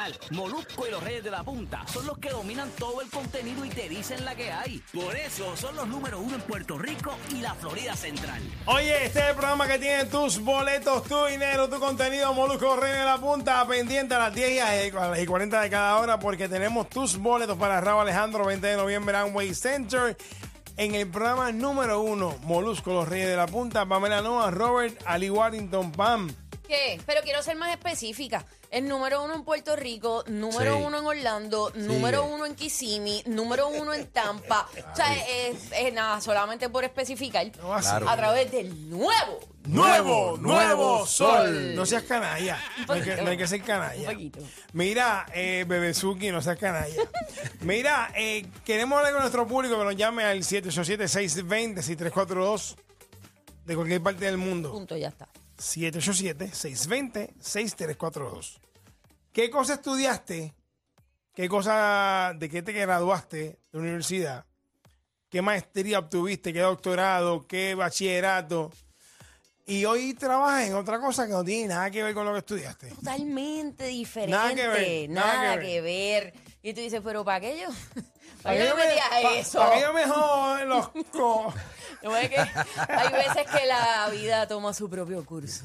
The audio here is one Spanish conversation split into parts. Canal, Molusco y los Reyes de la Punta son los que dominan todo el contenido y te dicen la que hay. Por eso son los número uno en Puerto Rico y la Florida Central. Oye, este es el programa que tiene tus boletos, tu dinero, tu contenido, Molusco Reyes de la Punta, pendiente a las 10 y a las y 40 de cada hora, porque tenemos tus boletos para Raúl Alejandro, 20 de noviembre, Amway Center. En el programa número uno, Molusco, los Reyes de la Punta, Pamela Noa, Robert, Ali Warrington, Pam. ¿Qué? Pero quiero ser más específica. El número uno en Puerto Rico, número Sí. uno en Orlando, número uno en Kissimmee, número uno en Tampa. o sea, es, es nada, solamente por especificar. No va a ser. A través del nuevo. Nuevo, nuevo sol. sol. No seas canalla. No hay que, no hay que ser canalla. Un poquito. Mira, eh, Bebezuki, no seas canalla. Mira, eh, queremos hablar con nuestro público que nos llame al 787-620-6342 de cualquier parte del mundo. Punto, ya está. 787-620-6342. ¿Qué cosa estudiaste? ¿Qué cosa, de qué te graduaste de universidad? ¿Qué maestría obtuviste? ¿Qué doctorado? ¿Qué bachillerato? Y hoy trabajas en otra cosa que no tiene nada que ver con lo que estudiaste. Totalmente diferente. Nada que ver, Nada, nada que que ver. Y tú dices, ¿pero para qué yo? ¿Para Para qué yo me metía a eso? mejor los co- No es que hay veces que la vida toma su propio curso.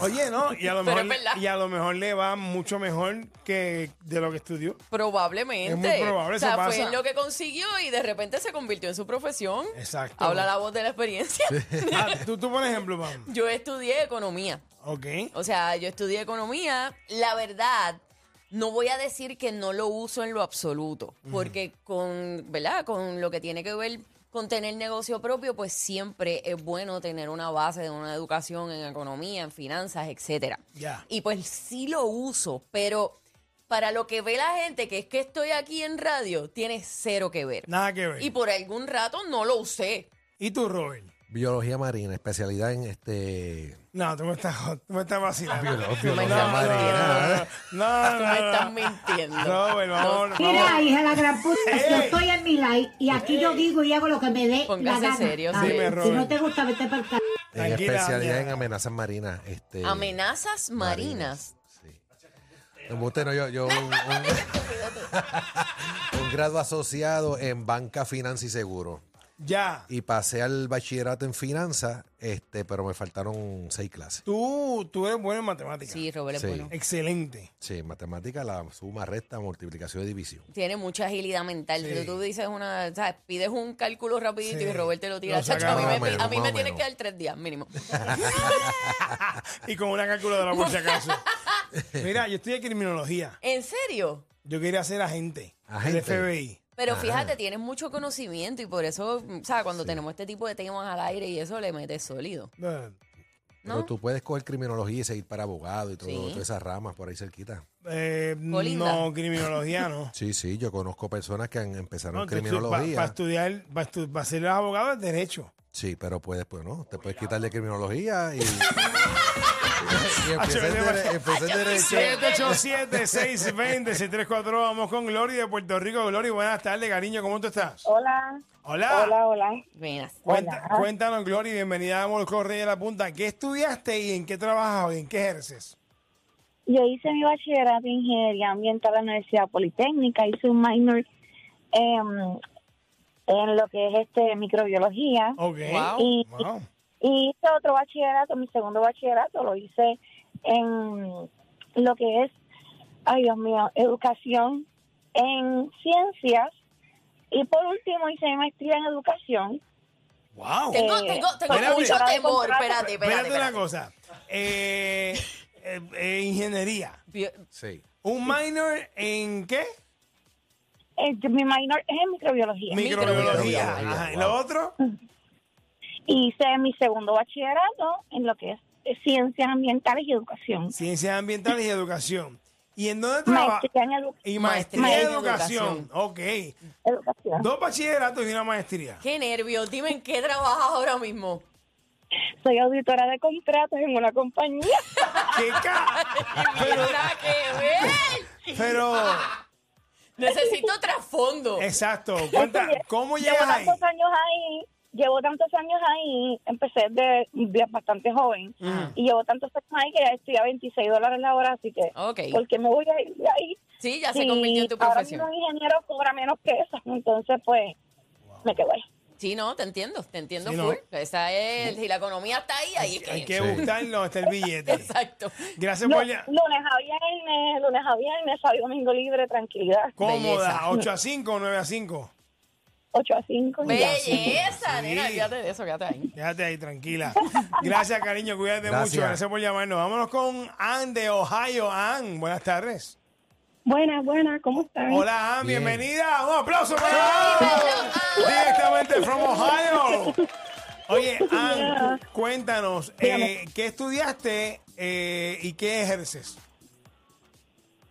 Oye, ¿no? Y a, lo Pero mejor, es verdad. y a lo mejor le va mucho mejor que de lo que estudió. Probablemente. Es muy probable, O sea, eso pasa. fue lo que consiguió y de repente se convirtió en su profesión. Exacto. Habla la voz de la experiencia. Ah, tú, tú, por ejemplo, mam. Yo estudié economía. Ok. O sea, yo estudié economía. La verdad, no voy a decir que no lo uso en lo absoluto, porque con, ¿verdad? Con lo que tiene que ver con tener negocio propio, pues siempre es bueno tener una base de una educación en economía, en finanzas, etcétera. Ya. Y pues sí lo uso, pero para lo que ve la gente, que es que estoy aquí en radio, tiene cero que ver. Nada que ver. Y ¿Y, por algún rato no lo usé. tú, Robert? Biología marina, especialidad en este. No, tú me estás, tú me estás vacilando. Biolo- No, biología no, marina. no, no, no, Tú me estás no, no, no. mintiendo. Robert, vamos, Mira, vamos. hija de la gran puta, yo Ey. estoy en mi live y aquí yo digo y hago lo que me dé Póngase la gana. serio, A sí. ver, Dime, si Robert. no te gusta, vete para el c... En Tranquila, especialidad ya. en amenazas marinas. Este, Amenazas marinas. Sí. Embuste, no, yo, yo un, un- un grado asociado en banca, finanza y seguro. Ya. Y pasé al bachillerato en finanzas, este, pero me faltaron seis clases. Tú, tú eres bueno en matemáticas. Sí, Robert es Sí. bueno. Excelente. Sí, matemática, la suma, resta, multiplicación y división. Tiene mucha agilidad mental. Sí. Tú dices una, ¿sabes? Pides un cálculo rapidito Sí. y Robert te lo tira. Lo saca Chacho, a mí más me, o menos, a mí más me o tienes menos. que dar tres días mínimo. Y con una calculadora por si acaso. Mira, yo estudié criminología. ¿En serio? Yo quería ser agente, Agente. del FBI. Pero fíjate, tienes mucho conocimiento y por eso, o sea, cuando tenemos este tipo de temas al aire y eso le metes sólido. No, Pero tú puedes coger criminología y seguir para abogado y todo, Sí. todas esas ramas por ahí cerquita. eh, Colinda. no, criminología no. Sí, sí, yo conozco personas que han empezado No, en tú- tú- pa- criminología. Para estudiar, para ser los abogados es derecho. Sí, pero puedes, pues no, te puedes quitar de criminología y. y Hacho, empieza el dere- empieza el derecho. 787-620-6342. Vamos con Glory de Puerto Rico. Glory, buenas tardes, cariño. ¿Cómo tú estás? Hola, Hola. hola, hola. Buenas. Cuenta- Cuéntanos, Glory. Bienvenida a Molusco Reyes de la Punta. ¿Qué estudiaste y en qué trabajas y en qué ejerces? Yo hice mi bachillerato en ingeniería ambiental en la Universidad Politécnica, hice un minor em, en lo que es este microbiología Ok. Wow. y, Wow. y hice otro bachillerato, mi segundo bachillerato lo hice en lo que es, ay Dios mío, educación en ciencias y por último hice mi maestría en educación. Wow. Tengo, Eh, tengo, tengo espérate. mucho Ahora de temor. contrato, Espérate, Espérate espérate. una espérate. cosa. Eh, eh, eh, ingeniería. Bio- Sí. ¿Un minor en qué? Eh, mi minor es en microbiología. Microbiología. Microbiología. Ajá. ¿Y Wow. lo otro? hice mi segundo bachillerato en lo que es eh, ciencias ambientales y educación. Ciencias ambientales y educación. ¿Y en dónde trabajas? Maestría en edu- Y maestría, Maestría en en educación. educación. Ok. Dos bachilleratos y una maestría. Qué nervios. Dime en qué trabajas ahora mismo. Soy auditora de contratos en una compañía. ¿Qué ca- pero, Nada que ver. pero, Necesito trasfondo. exacto. Cuenta, ¿cómo Llevo llegas ahí? tantos años ahí llevo tantos años ahí, empecé de, de bastante joven y llevo tantos años ahí que ya estoy a 26 dólares la hora, así que Ok. ¿por qué me voy a ir de ahí? Sí, ya se Si convirtió en tu ahora profesión. mismo un ingeniero cobra menos que eso, entonces pues me quedo ahí. Sí, no, te entiendo, te entiendo Sí, ¿no? full. Esa es, si la economía está ahí, ahí es Hay que... que Sí. buscarlo hasta el billete. Exacto. Gracias Lu- por ya. Lunes a viernes, lunes a viernes, sábado y domingo libre, tranquilidad, Cómoda, Belleza. 8 a 5, 9 a 5. 8 a 5. y ya. Belleza, Sí. nena, fíjate de eso, quédate ahí. Déjate ahí, tranquila. Gracias, cariño, cuídate Gracias. mucho. Gracias por llamarnos. Vámonos con Ann de Ohio. Ann, buenas tardes. Buenas, buenas, ¿cómo están? Hola, Ann, Bien. bienvenida. Un aplauso para Ann. Directamente from Ohio. Oye, Ann, cuéntanos, eh, ¿qué estudiaste eh, y qué ejerces?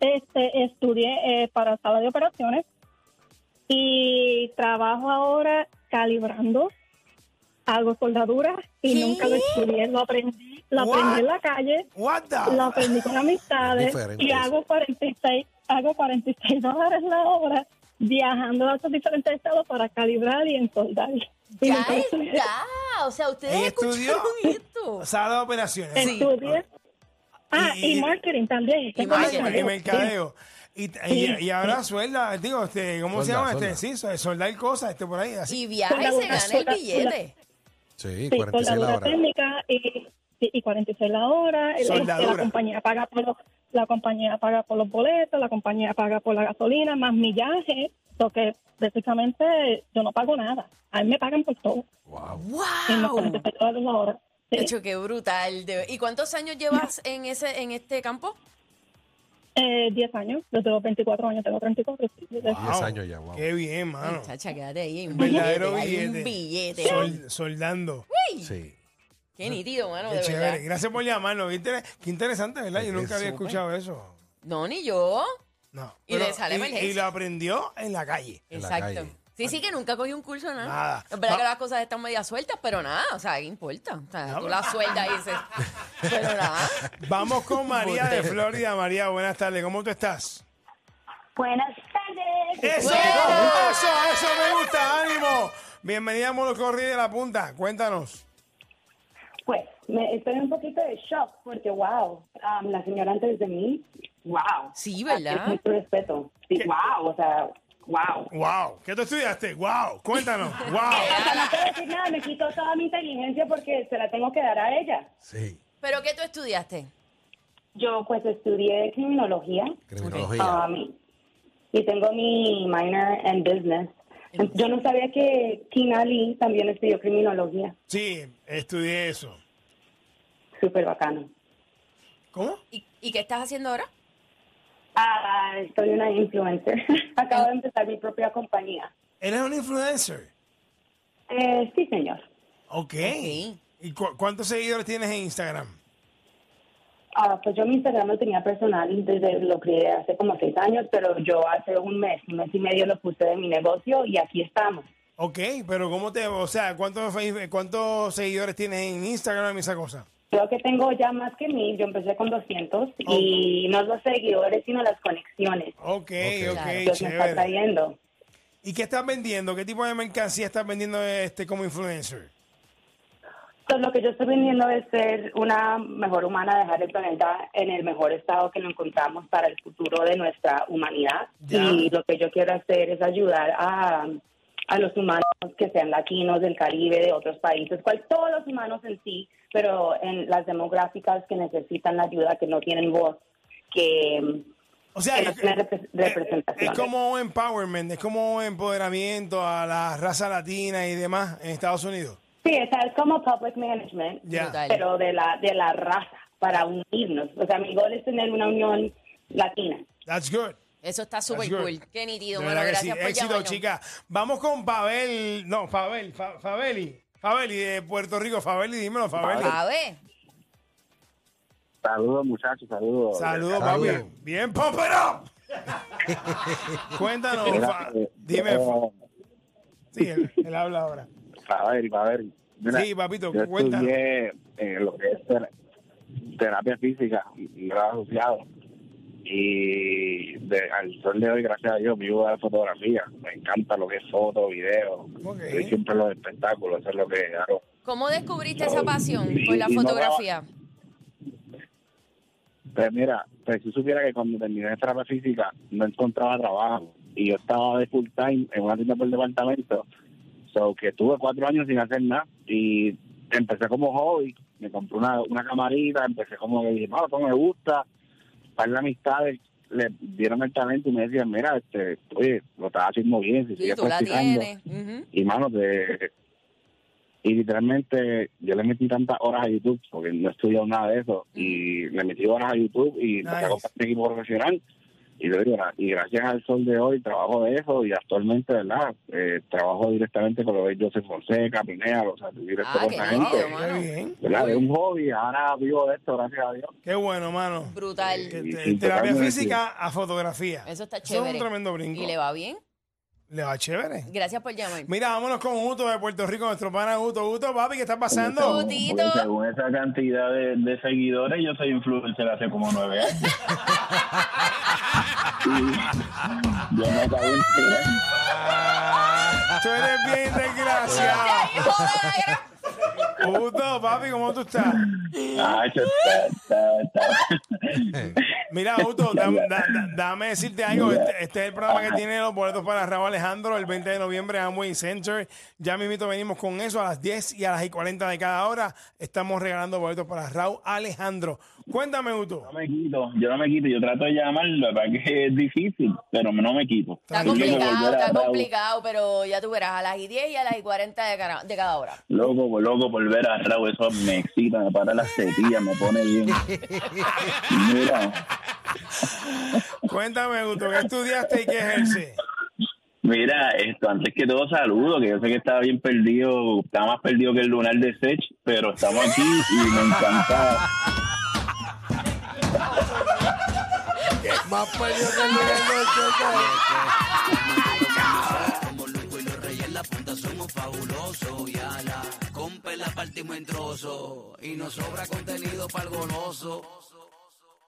Este, estudié eh, para sala de operaciones y trabajo ahora calibrando. Hago soldadura y ¿Qué? nunca lo estudié, lo aprendí, lo What? Ah. aprendí en la calle, What the? lo aprendí con amistades Diferente y eso. hago 46, hago 46 dólares la hora viajando a los diferentes estados para calibrar y ensoldar. Y Ya nunca lo estudié. está. O sea, ustedes Ella estudió. escucharon esto. Sala de operaciones. Estudié. Ah, y, Y- marketing también. y Y marketing. mercadeo. Y, mercadeo. Y, y- y ahora suelda, digo, este, ¿cómo se Solda, llama? solda. Este, sí, sol- soldar cosas, este por ahí. Así. Y viaja y se Soldadura, gana el soldadura. billete. Sí, Sí, 46 la soldadura hora. técnica y, sí, y 46 la hora. El- este, la Soldadura. compañía paga por los, la compañía paga por los boletos, la compañía paga por la gasolina, más millaje, lo que precisamente yo no pago nada. A mí me pagan por todo. Wow. En los ¡Wow! 46 dólares la hora. Sí. De hecho, qué brutal. de- ¿Y cuántos años llevas en ese en este campo? Eh, 10 años, desde los 24 años, tengo 34. sí, desde- Wow. 10 años ya, wow. Qué bien, mano. Chacha, quédate ahí. hay Un Ah, Verdadero billete. hay billete. un billete. Sol- soldando. Sí. Qué nítido, mano, Qué de chévere. verdad. Gracias por llamarnos. Qué inter- Qué interesante, ¿verdad? Yo Es nunca había súper. escuchado eso. No, ni yo. No. Y le sale emergencia. y lo aprendió en la calle. En la Exacto. calle. Sí, sí, que nunca cogí un curso de nada. Nada. Ah. Es verdad Va- que las cosas están media sueltas, pero nada, o sea, ¿qué importa? O sea, tú la sueltas y dices, pero nada. Vamos con María de Florida. María, buenas tardes. ¿Cómo tú estás? Buenas tardes. Eso, eso, eso me gusta. Ánimo. Bienvenida a Molocorri de la Punta. Cuéntanos. Pues me, estoy un poquito de shock porque, wow, um, la señora antes de mí, wow. Ah, Sí, ¿verdad? Es mucho respeto. Sí, wow, o sea, wow. Wow. ¿Qué tú estudiaste? Wow. Cuéntanos. O Wow. sea, no puedo decir nada, me quito toda mi inteligencia porque se la tengo que dar a ella. Sí. ¿Pero qué tú estudiaste? Yo pues estudié criminología Criminología. um, y tengo mi minor en business. Yo no sabía que Tina Lee también estudió criminología. Sí, estudié eso. Súper bacano. ¿Cómo? ¿Y, y qué estás haciendo ahora? Ah, soy una influencer. Acabo de empezar mi propia compañía. Eres un influencer. Eh, sí, señor. Ok. Ok. ¿Y cu- cuántos seguidores tienes en Instagram? Ah, pues yo mi Instagram lo tenía personal y desde lo creé hace como seis años, pero yo hace un mes, un mes y medio lo puse de mi negocio y aquí estamos. Ok, pero ¿cómo te.? O sea, ¿cuántos, fe- cuántos seguidores tienes en Instagram y esa cosa? Creo que tengo ya más que mil, yo empecé con 200 y no los seguidores, sino las conexiones. Ok, ok, Ok. Dios me está chévere. trayendo. ¿Y qué estás vendiendo? ¿Qué tipo de mercancía estás vendiendo este como influencer? Entonces, lo que yo estoy vendiendo es ser una mejor humana, dejar el planeta en el mejor estado que lo encontramos para el futuro de nuestra humanidad. Ya. Y lo que yo quiero hacer es ayudar a, a los humanos que sean latinos, del Caribe, de otros países, cual todos los humanos en sí, pero en las demográficas que necesitan la ayuda, que no tienen voz, que, O sea, que no es- tienen repre- representación. es como un empowerment, es como un empoderamiento a la raza latina y demás en Estados Unidos. Sí, o sea, es como public management. Ya. Brutal. pero de la de la raza para unirnos. O sea, mi gol es tener una unión latina. That's good. Eso está súper good. cool. Qué nítido, De mano. verdad que Gracias sí. por Éxito, llamarnos. chica. Vamos con Pavel. No, Pavel. Fa- Faveli. Faveli de Puerto Rico. Faveli, dímelo, Faveli. A ver, Saludos, muchachos, saludos. Saludos, papi. Saludos. Bien, pump it up. Cuéntanos, Fa- Eh, dime. Fa- eh, Sí, él, él habla ahora. a ver, a ver. Mira, Sí, papito, yo cuéntanos. estudié eh, lo que es ter- terapia física y y grado asociado. y de, al sol de hoy, gracias a Dios, vivo de la fotografía. Me encanta lo que es foto, video. Ok. Yo siempre los espectáculos, eso es lo que hago. ¿Cómo descubriste esa pasión Sí, por la y no fotografía? Pues mira, pues si supiera que cuando terminé terapia física no encontraba trabajo y yo estaba de full time en una tienda por departamento, so que tuve cuatro años sin hacer nada y empecé como hobby, me compré una, una camarita, empecé como que dije, no, esto me gusta, para la amistad, le dieron el talento y me decían, mira, este, oye, lo estás haciendo bien, si Sí, sigues tú la practicando. tienes. Ujú. Y mano, de, y literalmente yo le metí tantas horas a YouTube, porque no he estudiado nada de eso, y le metí horas a YouTube y me Nice. hago parte de equipo profesional. Y, le digo, gra- y gracias al sol de hoy trabajo de eso y actualmente, ¿verdad? Eh, trabajo directamente con lo que es Joseph Fonseca, Pinea, o sea, directo Ah, con qué esa nítido, gente. Qué mano. bien. ¿Verdad? De un hobby, ahora vivo de esto, gracias a Dios. Qué bueno, mano. Brutal. Que te- Y- y terapia totalmente. física a fotografía. Eso está Eso chévere. es un tremendo brinco. ¿Y le va bien? Le va chévere. Gracias por llamar. Mira, vámonos con Uto de Puerto Rico, nuestro pana Uto. Uto, papi, ¿qué está pasando? Uti. Porque Tito. según esa cantidad de, de seguidores, yo soy influencer hace como nueve años. Y yo no caí en tira. Tú eres bien desgraciado. Uto, papi, ¿cómo tú estás? Ah, eso está, está, está. Mira, Uto, dam- da- da- dame decirte algo. Este, este es el programa que tiene los boletos para Raúl Alejandro el 20 de noviembre en Amway Center. Ya mismito venimos con eso a las 10 y a las y 40 de cada hora. Estamos regalando boletos para Raúl Alejandro. Cuéntame, Uto. No me quito, yo no me quito. Yo trato de llamar, la verdad que es difícil, pero no me quito. Está Yo quiero complicado, volver a está Raúl. complicado, pero ya tú verás a las y 10 y a las y 40 de cada, de cada hora. Loco, loco por ver a Raúl, eso me excita, me para las tetillas, me pone bien. Mira, Cuéntame, Uto, ¿qué estudiaste y qué ejerces? Mira, esto, antes que todo saludo, que yo sé que estaba bien perdido, estaba más perdido que el lunar de Sech, pero estamos aquí y me encanta. Más perdido que el lugar de Checo. Como Luco y los reyes en la punta somos fabulosos. Y a la compa la partimos en trozos. Y nos sobra contenido para el goloso.